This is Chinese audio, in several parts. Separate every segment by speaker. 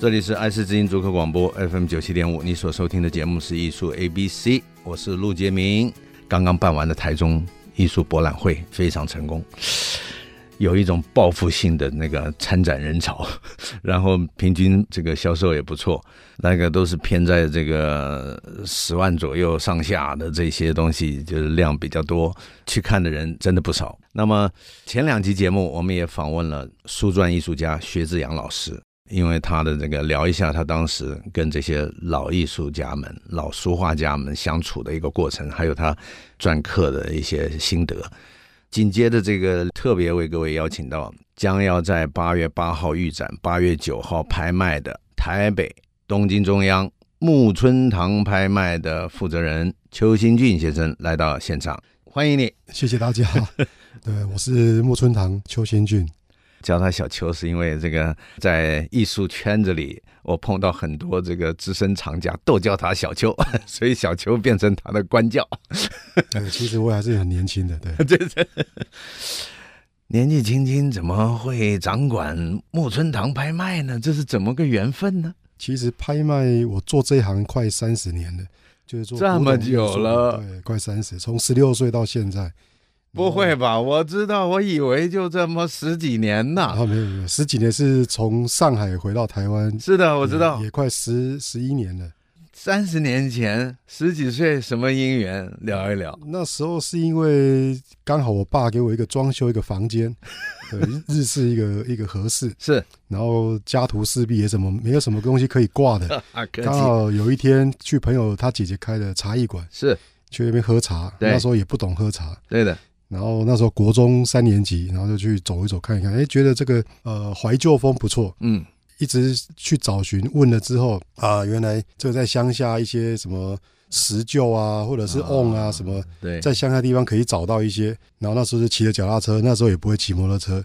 Speaker 1: 这里是爱思之音足客广播 FM 九七点五，你所收听的节目是艺术 A B C，我是陆杰明。刚刚办完的台中艺术博览会非常成功，有一种报复性的那个参展人潮， 然后平均这个销售也不错，那个都是偏在这个十万左右上下的这些东西，就是量比较多，去看的人真的不少。那么前两集节目我们也访问了书传艺术家薛志阳老师，因为他的这个聊一下他当时跟这些老艺术家们、老书画家们相处的一个过程，还有他篆刻的一些心得。紧接着，这个特别为各位邀请到将要在八月八号预展、八月九号拍卖的台北东京中央木村堂拍卖的负责人邱新俊先生来到现场，欢迎你。
Speaker 2: 谢谢 大家。对，我是木村堂邱先俊。
Speaker 1: 叫他小邱是因为这个在艺术圈子里，我碰到很多这个资深藏家都叫他小邱， 所以小邱变成他的官 叫。
Speaker 2: 对，其实我还是很年轻的。 对，
Speaker 1: 年纪轻轻怎么会掌管木村堂拍卖呢？这是怎么个缘分呢？
Speaker 2: 其实拍卖我做这一行快三十年了，就是做
Speaker 1: 这么
Speaker 2: 古董艺术
Speaker 1: 久了
Speaker 2: 对，快三十，从十六岁到现在。
Speaker 1: 不会吧？我知道，我以为就这么十几年
Speaker 2: 然
Speaker 1: 呐。
Speaker 2: 后没有没有，十几年是从上海回到台湾，
Speaker 1: 是的， 我知道
Speaker 2: 也，也快十十一年了。
Speaker 1: 三十年前十几岁什么姻缘，聊一聊。
Speaker 2: 那时候是因为刚好我爸给我一个装修一个 房间，对，日式一个一个合适，
Speaker 1: 是
Speaker 2: 然后家徒四壁也什么没有什么东西可以挂的，
Speaker 1: 啊，客
Speaker 2: 刚
Speaker 1: 气
Speaker 2: 好有一天去朋友他姐姐开的茶艺馆，
Speaker 1: 是
Speaker 2: 去那边喝茶。
Speaker 1: 对
Speaker 2: 那时候也不懂喝茶，
Speaker 1: 对的，
Speaker 2: 然后那时候国中三年级，然后就去走一走看一看，哎，觉得这个呃怀旧风不错，
Speaker 1: 嗯，
Speaker 2: 一直去找寻，问了之后啊、原来这个在乡下一些什么石臼啊，或者是
Speaker 1: 啊
Speaker 2: on 啊什么。
Speaker 1: 对，
Speaker 2: 在乡下地方可以找到一些，然后那时候就骑着脚踏车，那时候也不会骑摩 托车，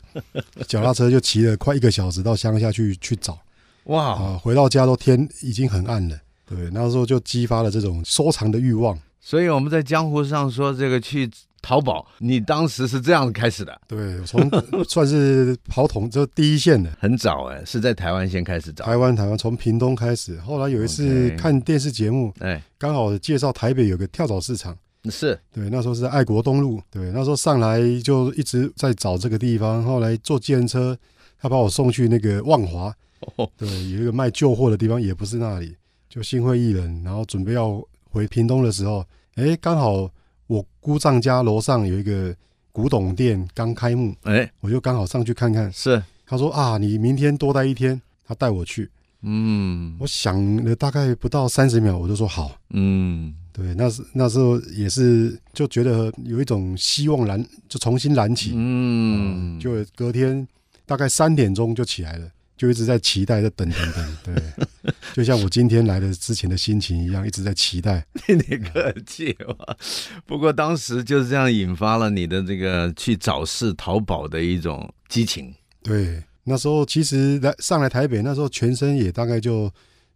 Speaker 2: 脚踏车就骑了快一个小时到乡下去去找，
Speaker 1: 哇，
Speaker 2: 啊，回到家都天已经很暗了。对，那时候就激发了这种收藏的欲望。
Speaker 1: 所以我们在江湖上说这个去淘宝，你当时是这样开始的，
Speaker 2: 对，从算是跑统这第一线的
Speaker 1: 很早哎，是在台湾先开始找，
Speaker 2: 台湾，台湾从屏东开始。后来有一次
Speaker 1: OK
Speaker 2: 看电视节目，
Speaker 1: 哎，
Speaker 2: 刚好介绍台北有个跳蚤市场。
Speaker 1: 是
Speaker 2: 对，那时候是在爱国东路。对，那时候上来就一直在找这个地方，后来坐计程车，他把我送去那个万华。
Speaker 1: 哦
Speaker 2: 对，有一个卖旧货的地方，也不是那里，就心灰意冷。然后准备要回屏东的时候，哎，刚好我姑丈家楼上有一个古董店刚开幕，
Speaker 1: 哎，
Speaker 2: 我就刚好上去看看。
Speaker 1: 是，
Speaker 2: 他说啊，你明天多待一天，他带我去。
Speaker 1: 嗯
Speaker 2: 我想了大概不到三十秒，我就说好。
Speaker 1: 嗯，
Speaker 2: 对，那时那时候也是就觉得有一种希望燃，就重新燃起。
Speaker 1: 嗯，
Speaker 2: 就隔天大概三点钟就起来了，就一直在期待，在等等等，对， 就像我今天来的之前的心情一样，一直在期待。
Speaker 1: 你客气吧。不过当时就是这样引发了你的这个去早市淘宝的一种激情，
Speaker 2: 对，那时候其实来上来台北，那时候全身也大概就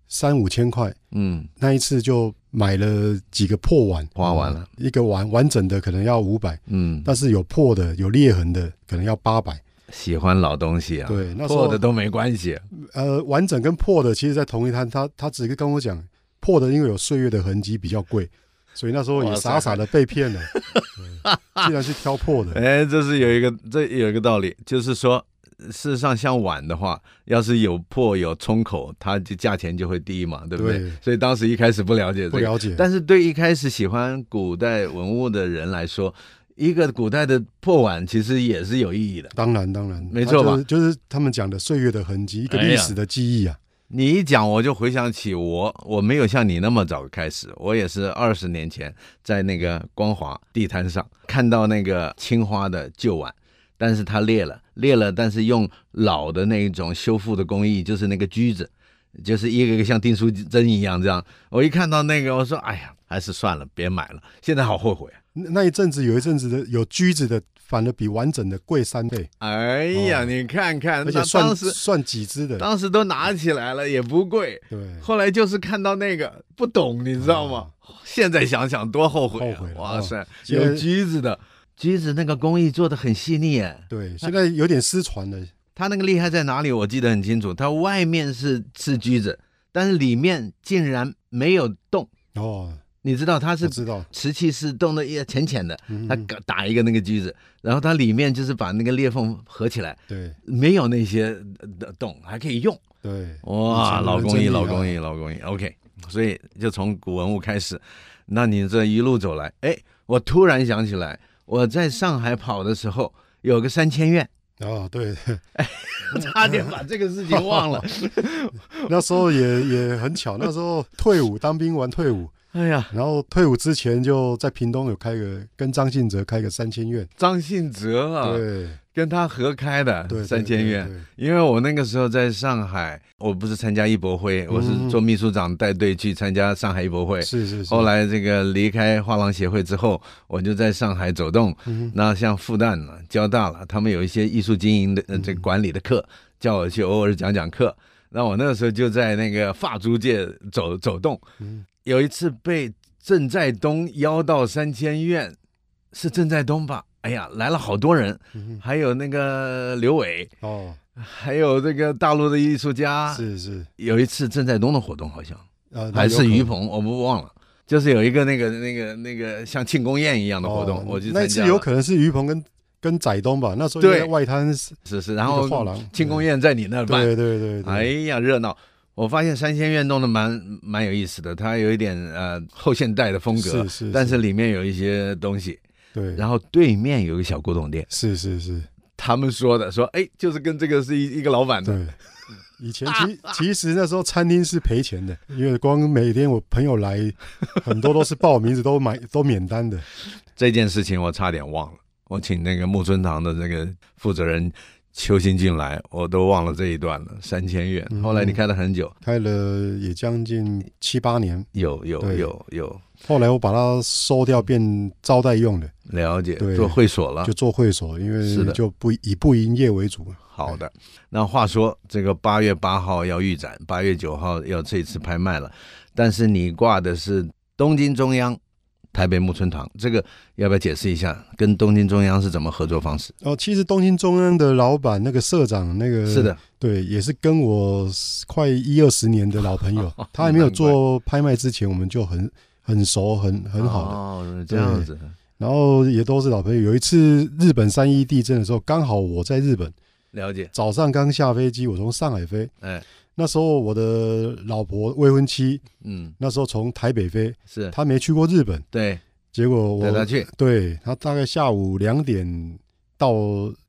Speaker 2: 三五千块，
Speaker 1: 嗯，
Speaker 2: 那一次就买了几个破碗，
Speaker 1: 花完了
Speaker 2: 一个碗完整的可能要五百，
Speaker 1: 嗯，
Speaker 2: 但是有破的、有裂痕的可能要八百。
Speaker 1: 喜欢老东西啊，，
Speaker 2: 对，那时
Speaker 1: 破
Speaker 2: 候
Speaker 1: 的都没关系，啊
Speaker 2: 呃完整跟破的，其实在同一摊，他他只是跟我讲破的因为有岁月的痕迹比较贵，所以那时候也傻傻的被骗了，对竟然是挑破 的。
Speaker 1: 哎，这是有一个，这有一个道理，就是说，事实上像碗的话，要是有破有冲口，它就价钱就会低嘛，对不对？
Speaker 2: 对
Speaker 1: 所以当时一开始不了解
Speaker 2: 不
Speaker 1: 这个，
Speaker 2: 了解，
Speaker 1: 但是对一开始喜欢古代文物的人来说，一个古代的破碗其实也是有意义的。
Speaker 2: 当然当然，
Speaker 1: 没错吧
Speaker 2: 他就是就是他们讲的岁月的痕迹，一个
Speaker 1: 哎呀
Speaker 2: 历史的记忆啊。
Speaker 1: 你一讲，我就回想起我，我没有像你那么早开始，我也是二十年前在那个光华地摊上看到那个青花的旧碗，但是它裂了，裂了，但是用老的那一种修复的工艺，就是那个锯子，就是一个一个像订书针一样这样。我一看到那个，我说哎呀，还是算了，别买了，现在好后悔啊。
Speaker 2: 那那一阵子有一阵子的有锯子的，反而比完整的贵三倍，
Speaker 1: 哎呀，
Speaker 2: 哦
Speaker 1: 你看看，
Speaker 2: 而
Speaker 1: 那
Speaker 2: 且算
Speaker 1: 当时
Speaker 2: 算几只的，
Speaker 1: 当时都拿起来了，也不贵。
Speaker 2: 对，
Speaker 1: 后来就是看到那个不懂，你知道吗？现在想想多嗯后悔、啊，
Speaker 2: 后悔了
Speaker 1: 哇塞，
Speaker 2: 现在
Speaker 1: 有橘子的，橘子那个工艺做的很细腻耶。
Speaker 2: 对，现在有点失传了，
Speaker 1: 它那个厉害在哪里？我记得很清楚，它外面是是橘子，但是里面竟然没有洞。
Speaker 2: 哦，
Speaker 1: 你知道它是
Speaker 2: 我知道，
Speaker 1: 瓷器是洞的也浅浅的，
Speaker 2: 嗯
Speaker 1: 它
Speaker 2: 嗯
Speaker 1: 嘎打一个那个橘子，然后它里面就是把那个裂缝合起来，
Speaker 2: 对
Speaker 1: 没有那些呃的洞，还可以用。
Speaker 2: 对，以前的
Speaker 1: 哇，
Speaker 2: 人
Speaker 1: 老工艺，
Speaker 2: 真厉害
Speaker 1: 老工艺，老工艺。OK，所以就从古文物开始。那你这一路走来，哎，我突然想起来，我在上海跑的时候有个三千 院，
Speaker 2: 哦，对，
Speaker 1: 差点把这个事情忘了。
Speaker 2: 那时候也也很巧，那时候退伍当兵完退伍，
Speaker 1: 哎呀，
Speaker 2: 然后退伍之前就在屏东有开个跟张信哲开个三千院，
Speaker 1: 张信哲啊，
Speaker 2: 对
Speaker 1: 跟他合开的
Speaker 2: 对，
Speaker 1: 三千院。
Speaker 2: 对对
Speaker 1: 因为我那个时候在上海，我不是参加艺博会，我是做秘书长带队去参加上海艺博会。
Speaker 2: 对嗯是是是，
Speaker 1: 后来这个离开画廊协会之后，我就在上海走动。
Speaker 2: 嗯
Speaker 1: 那像复旦了、交大了，他们有一些艺术经营的、呃、
Speaker 2: 嗯
Speaker 1: 这个管理的课，叫我去偶尔讲讲课。那我那个时候就在那个发租界走走动，
Speaker 2: 嗯
Speaker 1: 有一次被郑在东邀到三千院，是郑在东吧？哎呀，来了好多人，
Speaker 2: 嗯
Speaker 1: 还有那个刘伟，
Speaker 2: 哦，
Speaker 1: 还有这个大陆的艺术家。
Speaker 2: 是是，
Speaker 1: 有一次郑在东的活动好像。
Speaker 2: 呃，
Speaker 1: 啊还是
Speaker 2: 鱼
Speaker 1: 于鹏，我不忘了，就是有一个那个那个那个像庆功宴一样的活动，我去
Speaker 2: 哦那
Speaker 1: 参
Speaker 2: 一
Speaker 1: 加
Speaker 2: 次
Speaker 1: 了。
Speaker 2: 有可能是于鹏跟跟载东吧，那时候
Speaker 1: 对
Speaker 2: 在外滩是
Speaker 1: 是是，然
Speaker 2: 一个画
Speaker 1: 后
Speaker 2: 廊
Speaker 1: 庆功
Speaker 2: 宴，
Speaker 1: 宴在你那儿办，
Speaker 2: 对对对对，
Speaker 1: 哎呀热闹。我发现三仙院弄得蛮蛮有意思的，它有一点呃后现代的风格，
Speaker 2: 是是
Speaker 1: 但
Speaker 2: 是
Speaker 1: 是里面有一些东西。
Speaker 2: 对，
Speaker 1: 然后对面有一个小古董店，
Speaker 2: 是是是，
Speaker 1: 他们说的说，哎，就是跟这个是一一个老板的，
Speaker 2: 对。以前其其实那时候餐厅是赔钱的，因为光每天我朋友来，很多都是报名字都买都免单的。
Speaker 1: 这件事情我差点忘了，我请那个木村堂的那个负责人邱新进来，我都忘了这一段了。三千元，
Speaker 2: 嗯
Speaker 1: 后来你开了很久，
Speaker 2: 开了也将近七八年，
Speaker 1: 有有
Speaker 2: 对
Speaker 1: 有有
Speaker 2: 后来我把它收掉，变招待用的，
Speaker 1: 了解，
Speaker 2: 对
Speaker 1: 做会所了
Speaker 2: 就。做会所，因
Speaker 1: 啊是的
Speaker 2: 为就不以不营业为主。
Speaker 1: 好的，那话说这个八月八号要预展，八月九号要这次拍卖了，但是你挂的是东京中央。台北木村堂，这个要不要解释一下？跟东京中央是怎么合作方式？
Speaker 2: 哦，其实东京中央的老板那个社长那个
Speaker 1: 是的，，
Speaker 2: 对，也是跟我快一二十年的老 朋友，他还没有做拍卖之前，我们就很很熟，很很好的。
Speaker 1: 哦，这样子，
Speaker 2: 然后也都是老朋友。有一次日本三一地震的时候，刚好我在日本，
Speaker 1: 了解。
Speaker 2: 早上刚下飞机，我从上海飞，
Speaker 1: 哎，
Speaker 2: 那时候我的老婆未婚妻，
Speaker 1: 嗯，
Speaker 2: 那时候从台北飞，
Speaker 1: 是
Speaker 2: 她没去过日本，
Speaker 1: 对，
Speaker 2: 结果
Speaker 1: 带他
Speaker 2: 我
Speaker 1: 去
Speaker 2: 对她大概下午两点到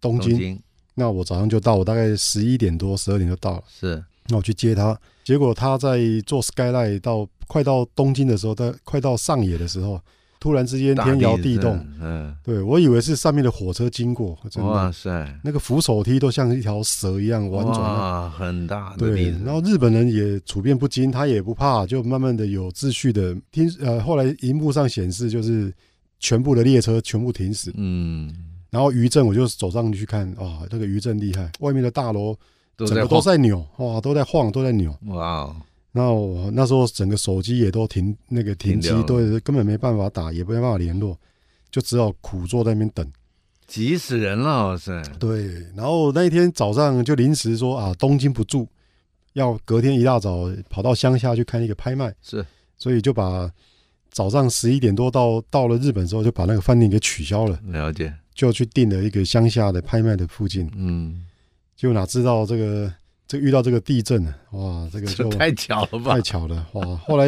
Speaker 2: 东京，那我早上就到，我大概十一点多、十二点就到了，
Speaker 1: 是
Speaker 2: 那我去接她，结果她在坐 Skyline 到快到东京的时候，她快到上野的时候，突然之间天摇地动。，
Speaker 1: 嗯，
Speaker 2: 对，我以为是上面的火车经过，真的
Speaker 1: 哇塞，
Speaker 2: 那个扶手梯都像一条蛇一样婉转那。
Speaker 1: 哇，很大的
Speaker 2: 对
Speaker 1: 例，子
Speaker 2: 然后日本人也处变不惊，他也不怕，就慢慢的有秩序的听。呃，后来荧幕上显示就是全部的列车全部停驶，
Speaker 1: 嗯，
Speaker 2: 然后余震我就走上去看，啊，那个余震厉害，外面的大楼
Speaker 1: 都
Speaker 2: 整
Speaker 1: 在
Speaker 2: 个都
Speaker 1: 晃，
Speaker 2: 在扭，哇，都在晃，都在扭。
Speaker 1: 哇哦，
Speaker 2: 那我那时候整个手机也都停，那个停机
Speaker 1: 停，掉
Speaker 2: 对，根本没办法打，也没办法联络，就只好苦坐在那边等。
Speaker 1: 急死人了，哇塞，
Speaker 2: 对，然后那一天早上就临时说啊，东京不住，要隔天一大早跑到乡下去看一个拍卖，
Speaker 1: 是
Speaker 2: 所以就把早上十一点多到到了日本之后，就把那个饭店给取消了，
Speaker 1: 了解，
Speaker 2: 就去订了一个乡下的拍卖的附近，
Speaker 1: 嗯，
Speaker 2: 结果哪知道这个这个遇到这个地震啊，哇，这个
Speaker 1: 这
Speaker 2: 就
Speaker 1: 太巧了吧
Speaker 2: 太，巧了，哇！后来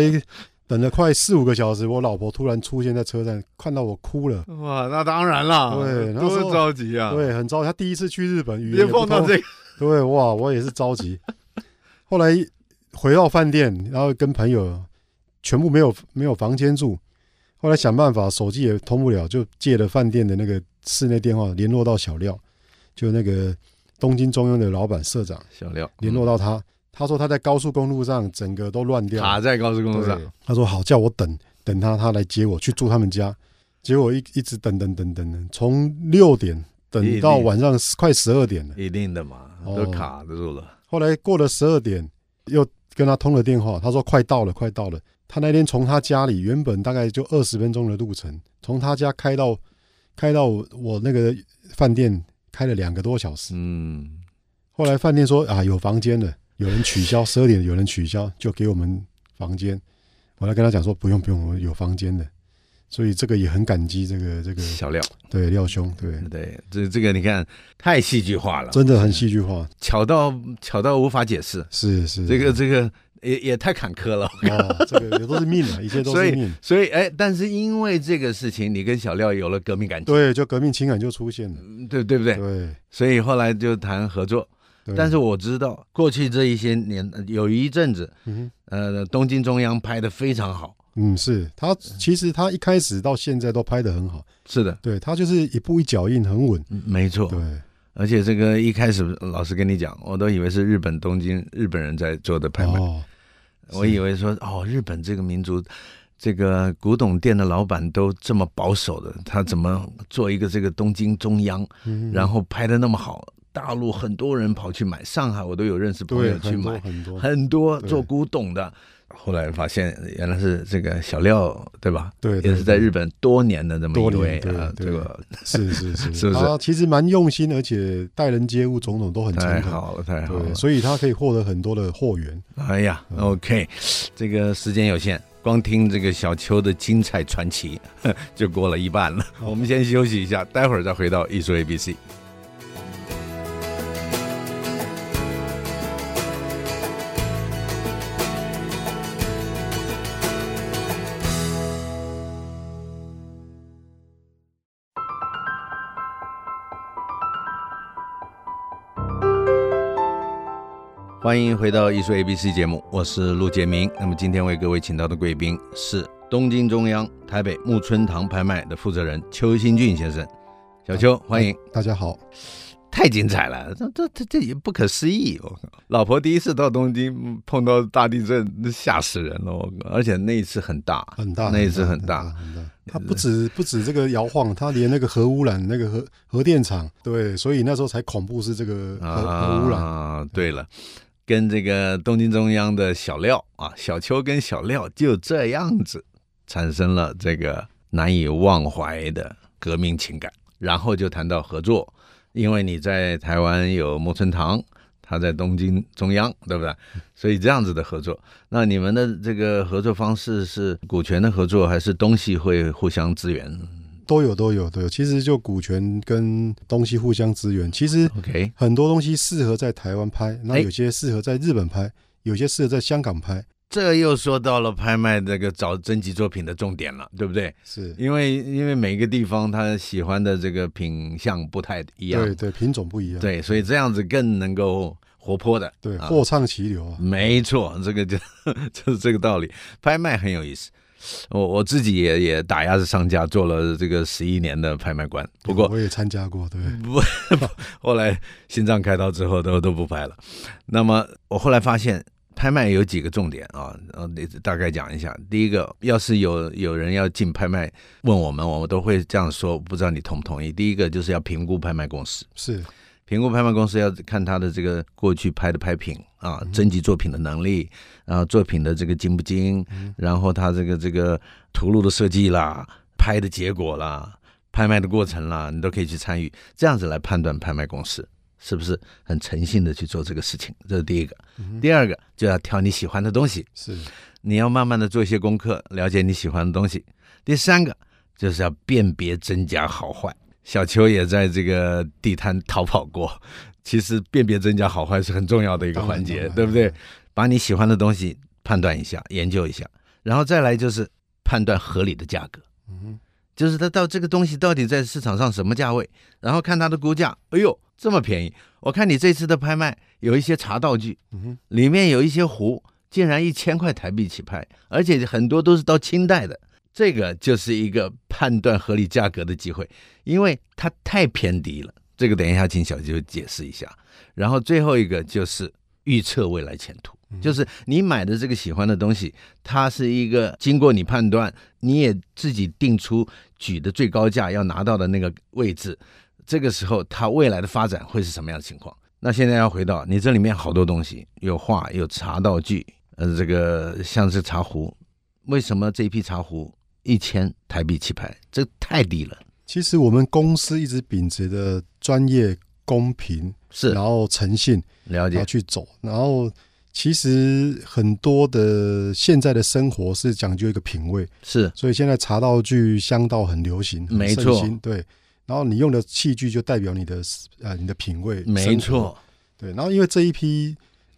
Speaker 2: 等了快四五个小时，我老婆突然出现在车站，看到我哭了，
Speaker 1: 哇，那当然了，
Speaker 2: 对那时
Speaker 1: 多
Speaker 2: 候
Speaker 1: 着急啊，，
Speaker 2: 对，很着急，她第一次去日本，语言也
Speaker 1: 别
Speaker 2: 不
Speaker 1: 碰到
Speaker 2: 通
Speaker 1: 这个，
Speaker 2: 对，哇，我也是着急。后来回到饭店，然后跟朋友全部没有没有房间住，后来想办法，手机也通不了，就借了饭店的那个室内电话联络到小廖。就那个东京中央的老板社长
Speaker 1: 小嗯廖
Speaker 2: 联络到他，他说他在高速公路上整个都乱掉了，
Speaker 1: 卡在高速公路上
Speaker 2: 对，他说好，叫我等等他，他来接我去住他们家。结果一一直等等等等等，从六点等到晚上快十二点了。
Speaker 1: 一定的嘛，
Speaker 2: 哦
Speaker 1: 都卡住了。
Speaker 2: 后来过了十二点，又跟他通了电话，他说快到了，快到了。他那天从他家里原本大概就二十分钟的路程，从他家开到开到我我那个饭店，开了两个多小时。
Speaker 1: 嗯，
Speaker 2: 后来饭店说啊有房间了，有人取消，十二点有人取消，就给我们房间。我来跟他讲说不用不用，我有房间的，所以这个也很感激这个这个
Speaker 1: 小廖，
Speaker 2: 对廖兄，对，
Speaker 1: 对，这这个你看太戏剧化了，
Speaker 2: 真的很戏剧化，
Speaker 1: 巧到巧到无法解释，
Speaker 2: 是是
Speaker 1: 这个这个也也太坎坷了。
Speaker 2: 哦，这个也都是命啊，一切都
Speaker 1: 所
Speaker 2: 是
Speaker 1: 以
Speaker 2: 命，
Speaker 1: 所以哎，但是因为这个事情，你跟小廖有了革命感情，
Speaker 2: 对，就革命情感就出现了，
Speaker 1: 嗯对对不对？
Speaker 2: 对，
Speaker 1: 所以后来就谈合作。
Speaker 2: 对
Speaker 1: 但是我知道，过去这一些年，呃有一阵子，
Speaker 2: 嗯
Speaker 1: 呃，东京中央拍的非常好。
Speaker 2: 哼嗯，是他其实他一开始到现在都拍得很好，
Speaker 1: 是的，
Speaker 2: 对他就是一步一脚印，很稳，
Speaker 1: 嗯没错。
Speaker 2: 对，
Speaker 1: 而且这个一开始老师跟你讲，我都以为是日本东京日本人在做的拍卖，
Speaker 2: 哦，
Speaker 1: 我以为说哦，日本这个民族，这个古董店的老板都这么保守的，他怎么做一个这个东京中央，
Speaker 2: 嗯
Speaker 1: 然后拍的那么好？大陆很多人跑去买，上海我都有认识朋
Speaker 2: 对
Speaker 1: 友去
Speaker 2: 很多
Speaker 1: 买，
Speaker 2: 很多，
Speaker 1: 很多
Speaker 2: 对
Speaker 1: 做古董的。后来发现原来是这个小廖，对吧？
Speaker 2: 对，对
Speaker 1: 也是在
Speaker 2: 对
Speaker 1: 日本多年的这么
Speaker 2: 多
Speaker 1: 一
Speaker 2: 年
Speaker 1: 位
Speaker 2: 对
Speaker 1: 啊，
Speaker 2: 对
Speaker 1: 这个
Speaker 2: 是是是，
Speaker 1: 是不是
Speaker 2: 他其实蛮用心，而且待人接物种种都很
Speaker 1: 太
Speaker 2: 诚恳，
Speaker 1: 好了，太好了
Speaker 2: 对，。所以他可以获得很多的货源。
Speaker 1: 哎呀
Speaker 2: 嗯
Speaker 1: ，OK，这个时间有限，光听这个小邱的精彩传奇 呵就过了一半了。
Speaker 2: 好
Speaker 1: 我们先休息一下，待会儿再回到艺术 ABC。欢迎回到艺术 ABC 节目，我是陆杰明。那么今天为各位请到的贵宾是东京中央台北木村堂拍卖的负责人邱新俊先生。小
Speaker 2: 哎
Speaker 1: 邱，欢迎！
Speaker 2: 大家好，
Speaker 1: 太精彩了，这这这这也不可思议！我靠，老婆第一次到东京嗯碰到大地震，那吓死人了！我靠，而且那一次很大，
Speaker 2: 很大，
Speaker 1: 那一次很
Speaker 2: 很
Speaker 1: 大。
Speaker 2: 很大。他不止不止这个摇晃，他连那个核污染、那个核核电厂，对，所以那时候才恐怖是这个核核污染。
Speaker 1: 啊，对了，跟这个东京中央的小廖啊，小邱跟小廖就这样子产生了这个难以忘怀的革命情感，然后就谈到合作，因为你在台湾有木村堂。他在东京中央，对不对？所以这样子的合作，那你们的这个合作方式是股权的合作，还是东西会互相支援
Speaker 2: 都有都有都有，其实就股权跟东西互相支援，其实
Speaker 1: ？OK，
Speaker 2: 很多东西适合在台湾拍，那
Speaker 1: 哎
Speaker 2: 有些适合在日本拍，有些适合在香港拍，
Speaker 1: 这又说到了拍卖这个找征集作品的重点了，对不对？
Speaker 2: 是
Speaker 1: 因为因为每个地方他喜欢的这个品相不太一样，
Speaker 2: 对对，品种不一样，
Speaker 1: 对所以这样子更能够活泼的。
Speaker 2: 对，
Speaker 1: 啊
Speaker 2: 货畅其流啊，
Speaker 1: 没错，这个就 就是这个道理。拍卖很有意思，我我自己也也打压着商家做了这个十一年的拍卖官，不过嗯
Speaker 2: 我也参加过，对，
Speaker 1: 不，后来心脏开刀之后都都 不拍了。那么我后来发现拍卖有几个重点啊，呃，得大概讲一下。第一个，要是有有人要进拍卖问我们，我们都会这样说，不知道你同不同意？第一个就是要评估拍卖公司，
Speaker 2: 是
Speaker 1: 评估拍卖公司要看他的这个过去拍的拍品啊，征集作品的能力，然后作品的这个精不精，然后他这个这个图录的设计啦，拍的结果啦，拍卖的过程啦，你都可以去参与，这样子来判断拍卖公司是不是很诚信的去做这个事情，这是第一个。第二个就要挑你喜欢的东西，
Speaker 2: 是，
Speaker 1: 你要慢慢的做一些功课，了解你喜欢的东西。第三个就是要辨别真假好坏。小邱也在这个地摊逃跑过，其实辨别真假好坏是很重要的一个环节，
Speaker 2: 当然当然
Speaker 1: 对不对？把你喜欢的东西判断一下，研究一下，然后再来就是判断合理的价格，
Speaker 2: 嗯哼，
Speaker 1: 就是它到这个东西到底在市场上什么价位，然后看它的估价。哎呦，这么便宜！我看你这次的拍卖有一些茶道具，
Speaker 2: 嗯哼，
Speaker 1: 里面有一些壶竟然一千块台币起拍，而且很多都是到清代的。这个就是一个判断合理价格的机会，因为它太偏低了，这个等一下请小舅解释一下。然后最后一个就是预测未来前途，就是你买的这个喜欢的东西，它是一个经过你判断，你也自己定出举的最高价要拿到的那个位置，这个时候它未来的发展会是什么样的情况？那现在要回到你这里面好多东西，有画，有茶道具，呃，这个像是茶壶，为什么这一批茶壶一千台币起拍？这太低了，
Speaker 2: 其实我们公司一直秉持的专业、公平，
Speaker 1: 是
Speaker 2: 然后诚信，
Speaker 1: 了
Speaker 2: 然
Speaker 1: 解
Speaker 2: 后，去走。然后其实很多的现在的生活是讲究一个品味，
Speaker 1: 是
Speaker 2: 所以现在茶道具、香道很流行，很
Speaker 1: 没
Speaker 2: 盛
Speaker 1: 错
Speaker 2: 行对。然后你用的器具就代表你的呃你的品味，
Speaker 1: 没
Speaker 2: 生活
Speaker 1: 错，
Speaker 2: 对。然后因为这一批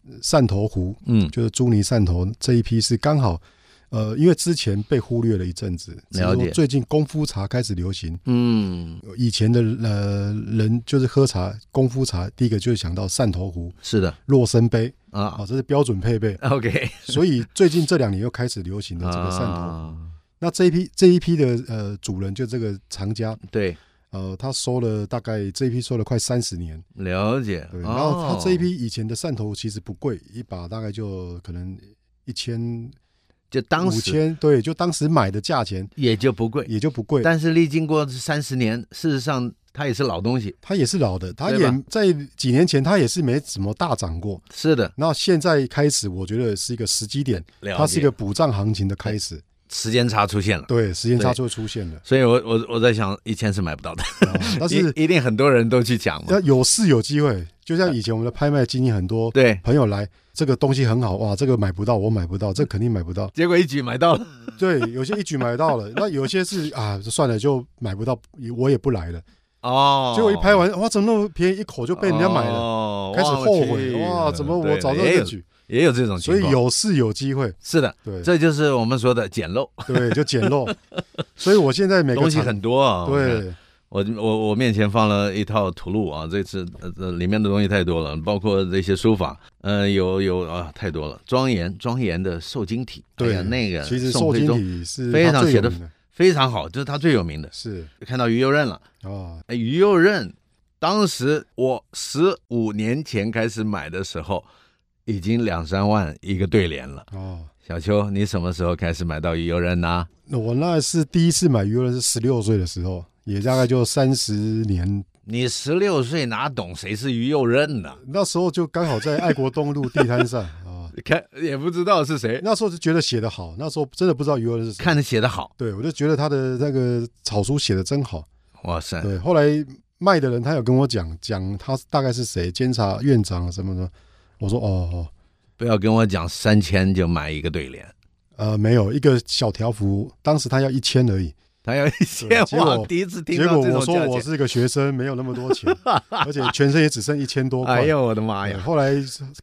Speaker 2: 呃汕头壶
Speaker 1: 嗯，
Speaker 2: 就是朱尼汕头这一批是刚好。呃，因为之前被忽略了一阵子，只是
Speaker 1: 了
Speaker 2: 说
Speaker 1: 解
Speaker 2: 最近功夫茶开始流行，
Speaker 1: 嗯，
Speaker 2: 以前的呃人就是喝茶功夫茶，第一个就是想到汕头壶、
Speaker 1: 是的
Speaker 2: 洛参杯，啊、
Speaker 1: 啊
Speaker 2: 这是标准配备。
Speaker 1: ，OK，
Speaker 2: 所以最近这两年又开始流行的这个汕头，
Speaker 1: 啊
Speaker 2: 那这一批这一批的呃主人就这个藏家，
Speaker 1: 对，
Speaker 2: 呃，他收了大概这一批收了快三十年，
Speaker 1: 了解，
Speaker 2: 对，
Speaker 1: 哦
Speaker 2: 然后他这一批以前的汕头其实不贵，一把大概就可能一千
Speaker 1: 就当
Speaker 2: 五
Speaker 1: 时
Speaker 2: 千，对，就当时买的价钱
Speaker 1: 也就不贵，
Speaker 2: 也就不贵，
Speaker 1: 但是历经过三十年，事实上它也是老东西，
Speaker 2: 它也是老的，它
Speaker 1: 对吧
Speaker 2: 也在几年前它也是没怎么大涨过，
Speaker 1: 是的，
Speaker 2: 那现在开始我觉得是一个时机点，
Speaker 1: 了解
Speaker 2: 它是一个补涨行情的开始，
Speaker 1: 时间差出现了。
Speaker 2: 对，时间差
Speaker 1: 对，
Speaker 2: 就出现了
Speaker 1: 所以我，我我在想，一千是买不到的，
Speaker 2: 啊但是
Speaker 1: 一一定很多人都去讲嘛
Speaker 2: 要。有事有机会，就像以前我们的拍卖经验很多，
Speaker 1: 对，。
Speaker 2: 朋友来，这个东西很好哇，这个买不到，我买不到，这肯定买不到
Speaker 1: 结果一举买到了，
Speaker 2: 对，有些一举买到了，那有些是啊，算了，就买不到，我也不来了。
Speaker 1: 哦，
Speaker 2: 结果一拍完，哇，怎么那么便宜，一口就
Speaker 1: 就
Speaker 2: 被人家买了，
Speaker 1: 了
Speaker 2: 开始后悔，哇，怎么我早知道
Speaker 1: 也
Speaker 2: 这
Speaker 1: 有
Speaker 2: 举？
Speaker 1: 也有这种情
Speaker 2: 所以
Speaker 1: 况，
Speaker 2: 有事有机会，
Speaker 1: 是的，
Speaker 2: 对
Speaker 1: 这就是我们说的捡漏，
Speaker 2: 对，就捡漏。所以我现在每个
Speaker 1: 东西
Speaker 2: 厂
Speaker 1: 很多啊。我看
Speaker 2: 对，
Speaker 1: 我我我面前放了一套图录啊，这次呃呃里面的东西太多了，包括这些书法，呃有有啊太多了。庄严庄严的瘦金体，
Speaker 2: 对
Speaker 1: 哎呀那个
Speaker 2: 其实
Speaker 1: 宋
Speaker 2: 受
Speaker 1: 徽
Speaker 2: 精
Speaker 1: 宗
Speaker 2: 体是
Speaker 1: 非
Speaker 2: 它
Speaker 1: 常
Speaker 2: 最
Speaker 1: 写
Speaker 2: 有
Speaker 1: 得
Speaker 2: 名的
Speaker 1: 非常好，这是他最有名的。
Speaker 2: 是
Speaker 1: 看到于右任了，
Speaker 2: 啊，
Speaker 1: 哎于右任，当时我十五年前开始买的时候，已经两三万一个对联了。
Speaker 2: 哦，
Speaker 1: 小邱，你什么时候开始买到鱼油人呢、
Speaker 2: 那我那是第一次买娱乐是十六岁的时候，也大概就三十年
Speaker 1: 你十六岁哪懂谁是鱼油人呢、
Speaker 2: 那时候就刚好在爱国东路地摊上 啊，
Speaker 1: 看也不知道是谁，
Speaker 2: 那时候就觉得写得好，那时候真的不知道余文是谁，
Speaker 1: 看着写的好，
Speaker 2: 对我就觉得他的那个草书写的真好。
Speaker 1: 哇塞，
Speaker 2: 对，后来卖的人他有跟我讲，讲他大概是谁，监察院长什么的，我说哦哦，
Speaker 1: 不要跟我讲三千就买一个对联，
Speaker 2: 呃，没有一个小条幅，当时他要一千而已，
Speaker 1: 他要一千
Speaker 2: 对结果
Speaker 1: 哇，第一次听
Speaker 2: 结
Speaker 1: 到
Speaker 2: 果
Speaker 1: 这
Speaker 2: 我
Speaker 1: 种
Speaker 2: 说
Speaker 1: 价
Speaker 2: 我
Speaker 1: 钱，
Speaker 2: 是个学生，没有那么多 钱，而且全身也只剩一千多块。
Speaker 1: 哎呦我的妈
Speaker 2: 对
Speaker 1: 呀，
Speaker 2: 后来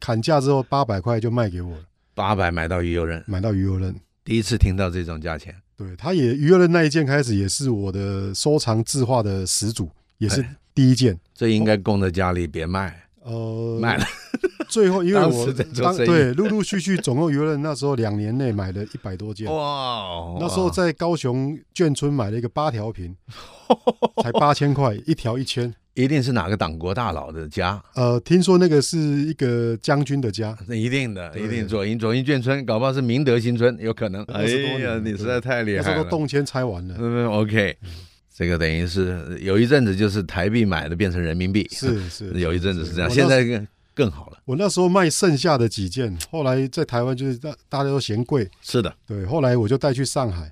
Speaker 2: 砍价之后，八百块就卖给我了，
Speaker 1: 八百买到鱼油人，
Speaker 2: 买到余文任。
Speaker 1: 第一次听到这种价钱，
Speaker 2: 对，他也余额的那一件开始也是我的收藏字画的始祖，也是
Speaker 1: 哎
Speaker 2: 第一件。
Speaker 1: 这应该供在家里别卖，
Speaker 2: 呃，
Speaker 1: 卖了
Speaker 2: 最后因为
Speaker 1: 当
Speaker 2: 我
Speaker 1: 时在做生意
Speaker 2: 对陆陆续续总共余额那时候两年内买了一百多件。
Speaker 1: 哇，
Speaker 2: 那时候在高雄眷村买了一个八条瓶，才八千块，一条一千。
Speaker 1: 一定是哪个党国大佬的家，
Speaker 2: 呃，听说那个是一个将军的家，
Speaker 1: 那一定的，
Speaker 2: 对
Speaker 1: 一定左营左营眷村，搞不好是明德新村，有可能。哎
Speaker 2: 二十多年
Speaker 1: 呀，
Speaker 2: 了
Speaker 1: 你
Speaker 2: 对
Speaker 1: 实在太厉
Speaker 2: 那时
Speaker 1: 害
Speaker 2: 候
Speaker 1: 了
Speaker 2: 都。动迁拆完了。
Speaker 1: 嗯，OK，这个等于是有一阵子就是台币买的变成人民币，
Speaker 2: 是是，
Speaker 1: 有一阵子是这样，
Speaker 2: 我那
Speaker 1: 现在更更好了。
Speaker 2: 我那时候卖剩下的几件，后来在台湾就是大大家都嫌贵，
Speaker 1: 是的，
Speaker 2: 对，后来我就带去上海。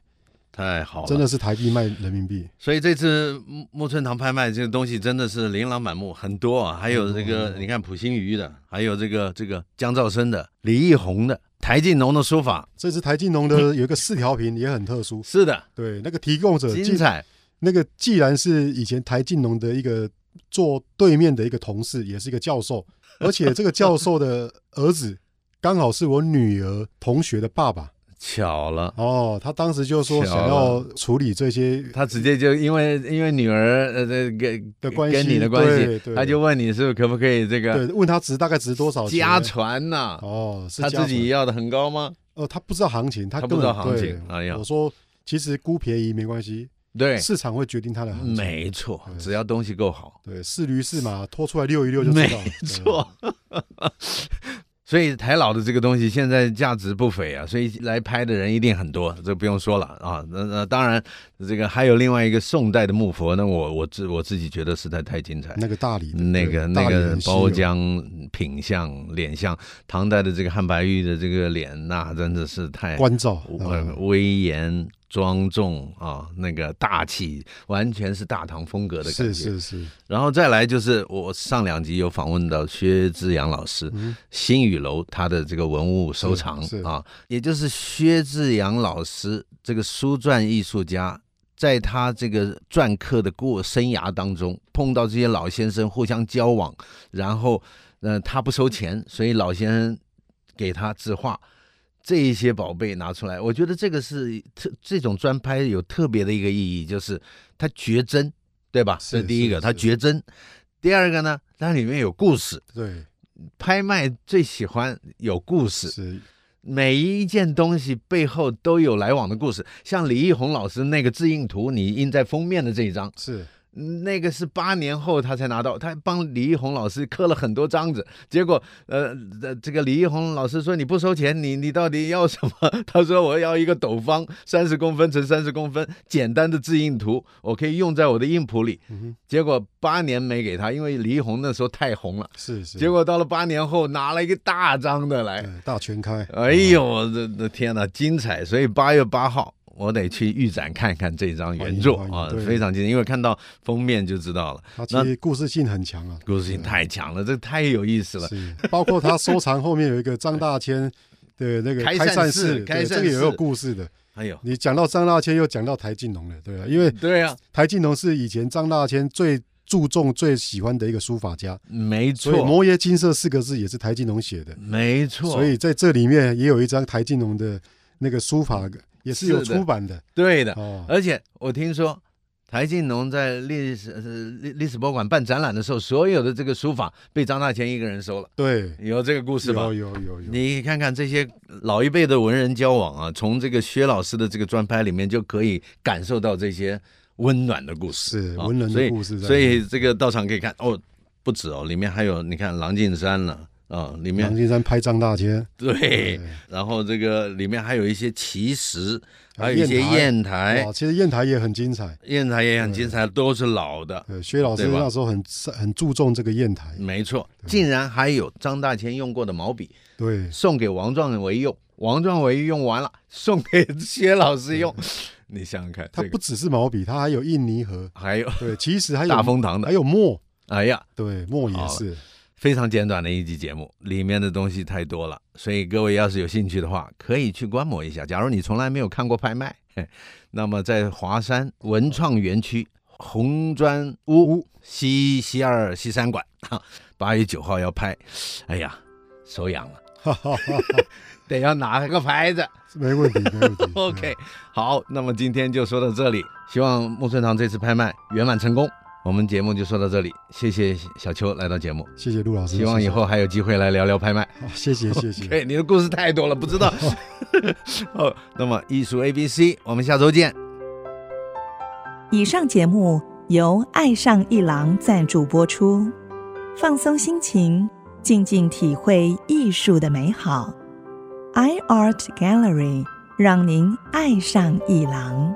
Speaker 1: 太好了，
Speaker 2: 真的。是台币卖人民币，
Speaker 1: 所以这次木木村堂拍卖这个东西真的是琳琅满目，很多啊，还有这个你看普心瑜的，还有这个这个江兆生的、李义宏的、台进农的书法，
Speaker 2: 这次台金 农的有一个四条屏也很特殊，
Speaker 1: 是的，
Speaker 2: 对，那个提供者
Speaker 1: 精
Speaker 2: 既
Speaker 1: 彩，
Speaker 2: 那个既然是以前台金农的一个坐对面的一个同事，也是一个 教授，而且这个教授的儿子刚好是我女儿同学的爸爸
Speaker 1: 巧了。
Speaker 2: 哦，他当时就说
Speaker 1: 巧
Speaker 2: 想
Speaker 1: 了
Speaker 2: 要处理这些
Speaker 1: 他直接就因为因为女儿呃这跟
Speaker 2: 的关系，
Speaker 1: 跟你的关系，
Speaker 2: 对对
Speaker 1: 他就问你是不是可不可以这个
Speaker 2: 对问他值大概值多少钱
Speaker 1: 家传呐、
Speaker 2: 哦，是
Speaker 1: 他
Speaker 2: 家
Speaker 1: 自己
Speaker 2: 传
Speaker 1: 要的很高吗？
Speaker 2: 呃，他不知道行情，他
Speaker 1: 他
Speaker 2: 根
Speaker 1: 不
Speaker 2: 本
Speaker 1: 知道行
Speaker 2: 对
Speaker 1: 情哎呀
Speaker 2: 我说其实估便宜没关系，
Speaker 1: 对，
Speaker 2: 市场会决定它的行情。
Speaker 1: 没错，
Speaker 2: 啊对
Speaker 1: 只要东西够好，
Speaker 2: 对，是驴是马，拖出来溜一溜就知道了。
Speaker 1: 没
Speaker 2: 啊
Speaker 1: 错。 所以台老的这个东西现在价值不菲啊，所以来拍的人一定很多，这不用说了啊。那那当然，这个还有另外一个宋代的木佛，那我我自我自己觉得实在太精彩
Speaker 2: 对，。那个大理的，
Speaker 1: 那个
Speaker 2: 对
Speaker 1: 那
Speaker 2: 大理
Speaker 1: 个
Speaker 2: 很稀有
Speaker 1: 包浆品相脸相，唐代的这个汉白玉的这个脸，那真的是太
Speaker 2: 关照，
Speaker 1: 呃
Speaker 2: 嗯
Speaker 1: 威严庄重啊，那个大气，完全是大唐风格的感觉。
Speaker 2: 是是是，
Speaker 1: 然后再来就是我上两集有访问到薛之阳老师，
Speaker 2: 嗯
Speaker 1: 新宇楼他的这个文物收藏
Speaker 2: 是是
Speaker 1: 啊，也就是薛志阳老师这个书传艺术家，在他这个篆刻的过生涯当中，碰到这些老先生互相交往，然后呃他不收钱，所以老先生给他字画。这一些宝贝拿出来，我觉得这个是特这种专拍有特别的一个意义，就是它绝真，对吧？
Speaker 2: 是
Speaker 1: 这第一
Speaker 2: 是
Speaker 1: 个，它
Speaker 2: 是
Speaker 1: 绝真。第二个呢，它里面有故事，
Speaker 2: 对，
Speaker 1: 拍卖最喜欢有故事，
Speaker 2: 是
Speaker 1: 每一件东西背后都有来往的故事。像李易宏老师那个字印图，你印在封面的这一张，
Speaker 2: 是
Speaker 1: 嗯那个是八年后他才拿到，他帮李易宏老师刻了很多张子。结果，呃，呃这个李易宏老师说你不收钱，你你到底要什么？ 他说我要一个斗方，三十公分乘三十公分，简单的字印图，我可以用在我的印谱里。
Speaker 2: 嗯
Speaker 1: 结果八年没给他，因为李易宏那时候太红了。
Speaker 2: 哼是是，
Speaker 1: 结果到了八年后，拿了一个大张的来，
Speaker 2: 对大全开，
Speaker 1: 哎呦，我的的天哪，精彩！所以八月八号我得去预展看看这张原作
Speaker 2: 欢迎
Speaker 1: 啊
Speaker 2: 欢迎，对
Speaker 1: 非常精彩，因为看到封面就知道了，
Speaker 2: 它其实故事性很强啊，
Speaker 1: 故事性太强了，这太有意思了。
Speaker 2: 是，包括他收藏后面有一个张大千 的那个
Speaker 1: 开
Speaker 2: 开
Speaker 1: 善
Speaker 2: 善
Speaker 1: 寺
Speaker 2: 寺，
Speaker 1: 开
Speaker 2: 对
Speaker 1: 善
Speaker 2: 这个也有
Speaker 1: 寺
Speaker 2: 故事的。
Speaker 1: 哎呦，
Speaker 2: 你讲到张大千，又讲到台静农了，对啊，因为
Speaker 1: 对啊，
Speaker 2: 台静农是以前张大千最注重、最喜欢的一个书法家，
Speaker 1: 没
Speaker 2: 所以“
Speaker 1: 错，
Speaker 2: 摩耶金色”四个字也是台静农写的，
Speaker 1: 没错，
Speaker 2: 所以在这里面也有一张台静农的那个书法，也是有
Speaker 1: 是的
Speaker 2: 出版的
Speaker 1: 对呃的。
Speaker 2: 哦。
Speaker 1: 而且我听说台静农在历史呃历历史博物馆办展览的时候，所有的这个书法被张大千一个人收了，
Speaker 2: 对，
Speaker 1: 有这个故事吧
Speaker 2: 有？有有有，
Speaker 1: 你看看这些老一辈的文人交往啊，从这个薛老师的这个专拍里面就可以感受到这些温暖的故事，
Speaker 2: 是
Speaker 1: 啊
Speaker 2: 文人
Speaker 1: 所以
Speaker 2: 的故事在
Speaker 1: 所
Speaker 2: 里面。
Speaker 1: 以这个到场可以看哦，不止哦，里面还有你看郎静山了啊，里
Speaker 2: 郎
Speaker 1: 面
Speaker 2: 金山拍张大千，
Speaker 1: 对
Speaker 2: 对，
Speaker 1: 然后这个里面还有一些奇石，还有一
Speaker 2: 砚
Speaker 1: 些
Speaker 2: 台
Speaker 1: 砚台
Speaker 2: 哇，，其实砚台也很精彩。
Speaker 1: 砚台也很精彩，都是老的，
Speaker 2: 呃，薛老师
Speaker 1: 对吧嗯
Speaker 2: 那时候很很注重这个砚台，
Speaker 1: 没错，竟然还有张大千用过的毛笔，
Speaker 2: 对，
Speaker 1: 送给王壮维用，王壮维用完了送给薛老师用。你想想看，
Speaker 2: 它
Speaker 1: 这
Speaker 2: 不
Speaker 1: 个
Speaker 2: 只是毛笔，它还有印泥盒，
Speaker 1: 还有
Speaker 2: 对，其实还有
Speaker 1: 大风堂
Speaker 2: 还
Speaker 1: 的，
Speaker 2: 有墨，
Speaker 1: 哎呀，
Speaker 2: 对，墨也是，
Speaker 1: 非常简短的一集节目，里面的东西太多了，所以各位要是有兴趣的话，可以去观摩一下。假如你从来没有看过拍卖， 嘿那么在华山文创园区红砖屋西西二西三馆，哈八月九号要拍，哎呀，手痒了，
Speaker 2: 哈哈哈，
Speaker 1: 得要拿个牌子。
Speaker 2: 没问题，没问题
Speaker 1: OK，好，那么今天就说到这里，希望木村堂这次拍卖圆满成功。我们节目就说到这里，谢谢小邱来到节目，
Speaker 2: 对嗯谢谢陆老师，
Speaker 1: 希望以后还有机会来聊聊拍卖。哎
Speaker 2: 谢谢，啊谢谢，谢谢。
Speaker 1: 对，你的故事太多了，不知道。 哦，那么艺术 A B C，我们下周见。
Speaker 3: 以上节目由爱上一郎赞助播出，放松心情，静静体会艺术的美好。iArt Gallery 让您爱上一郎。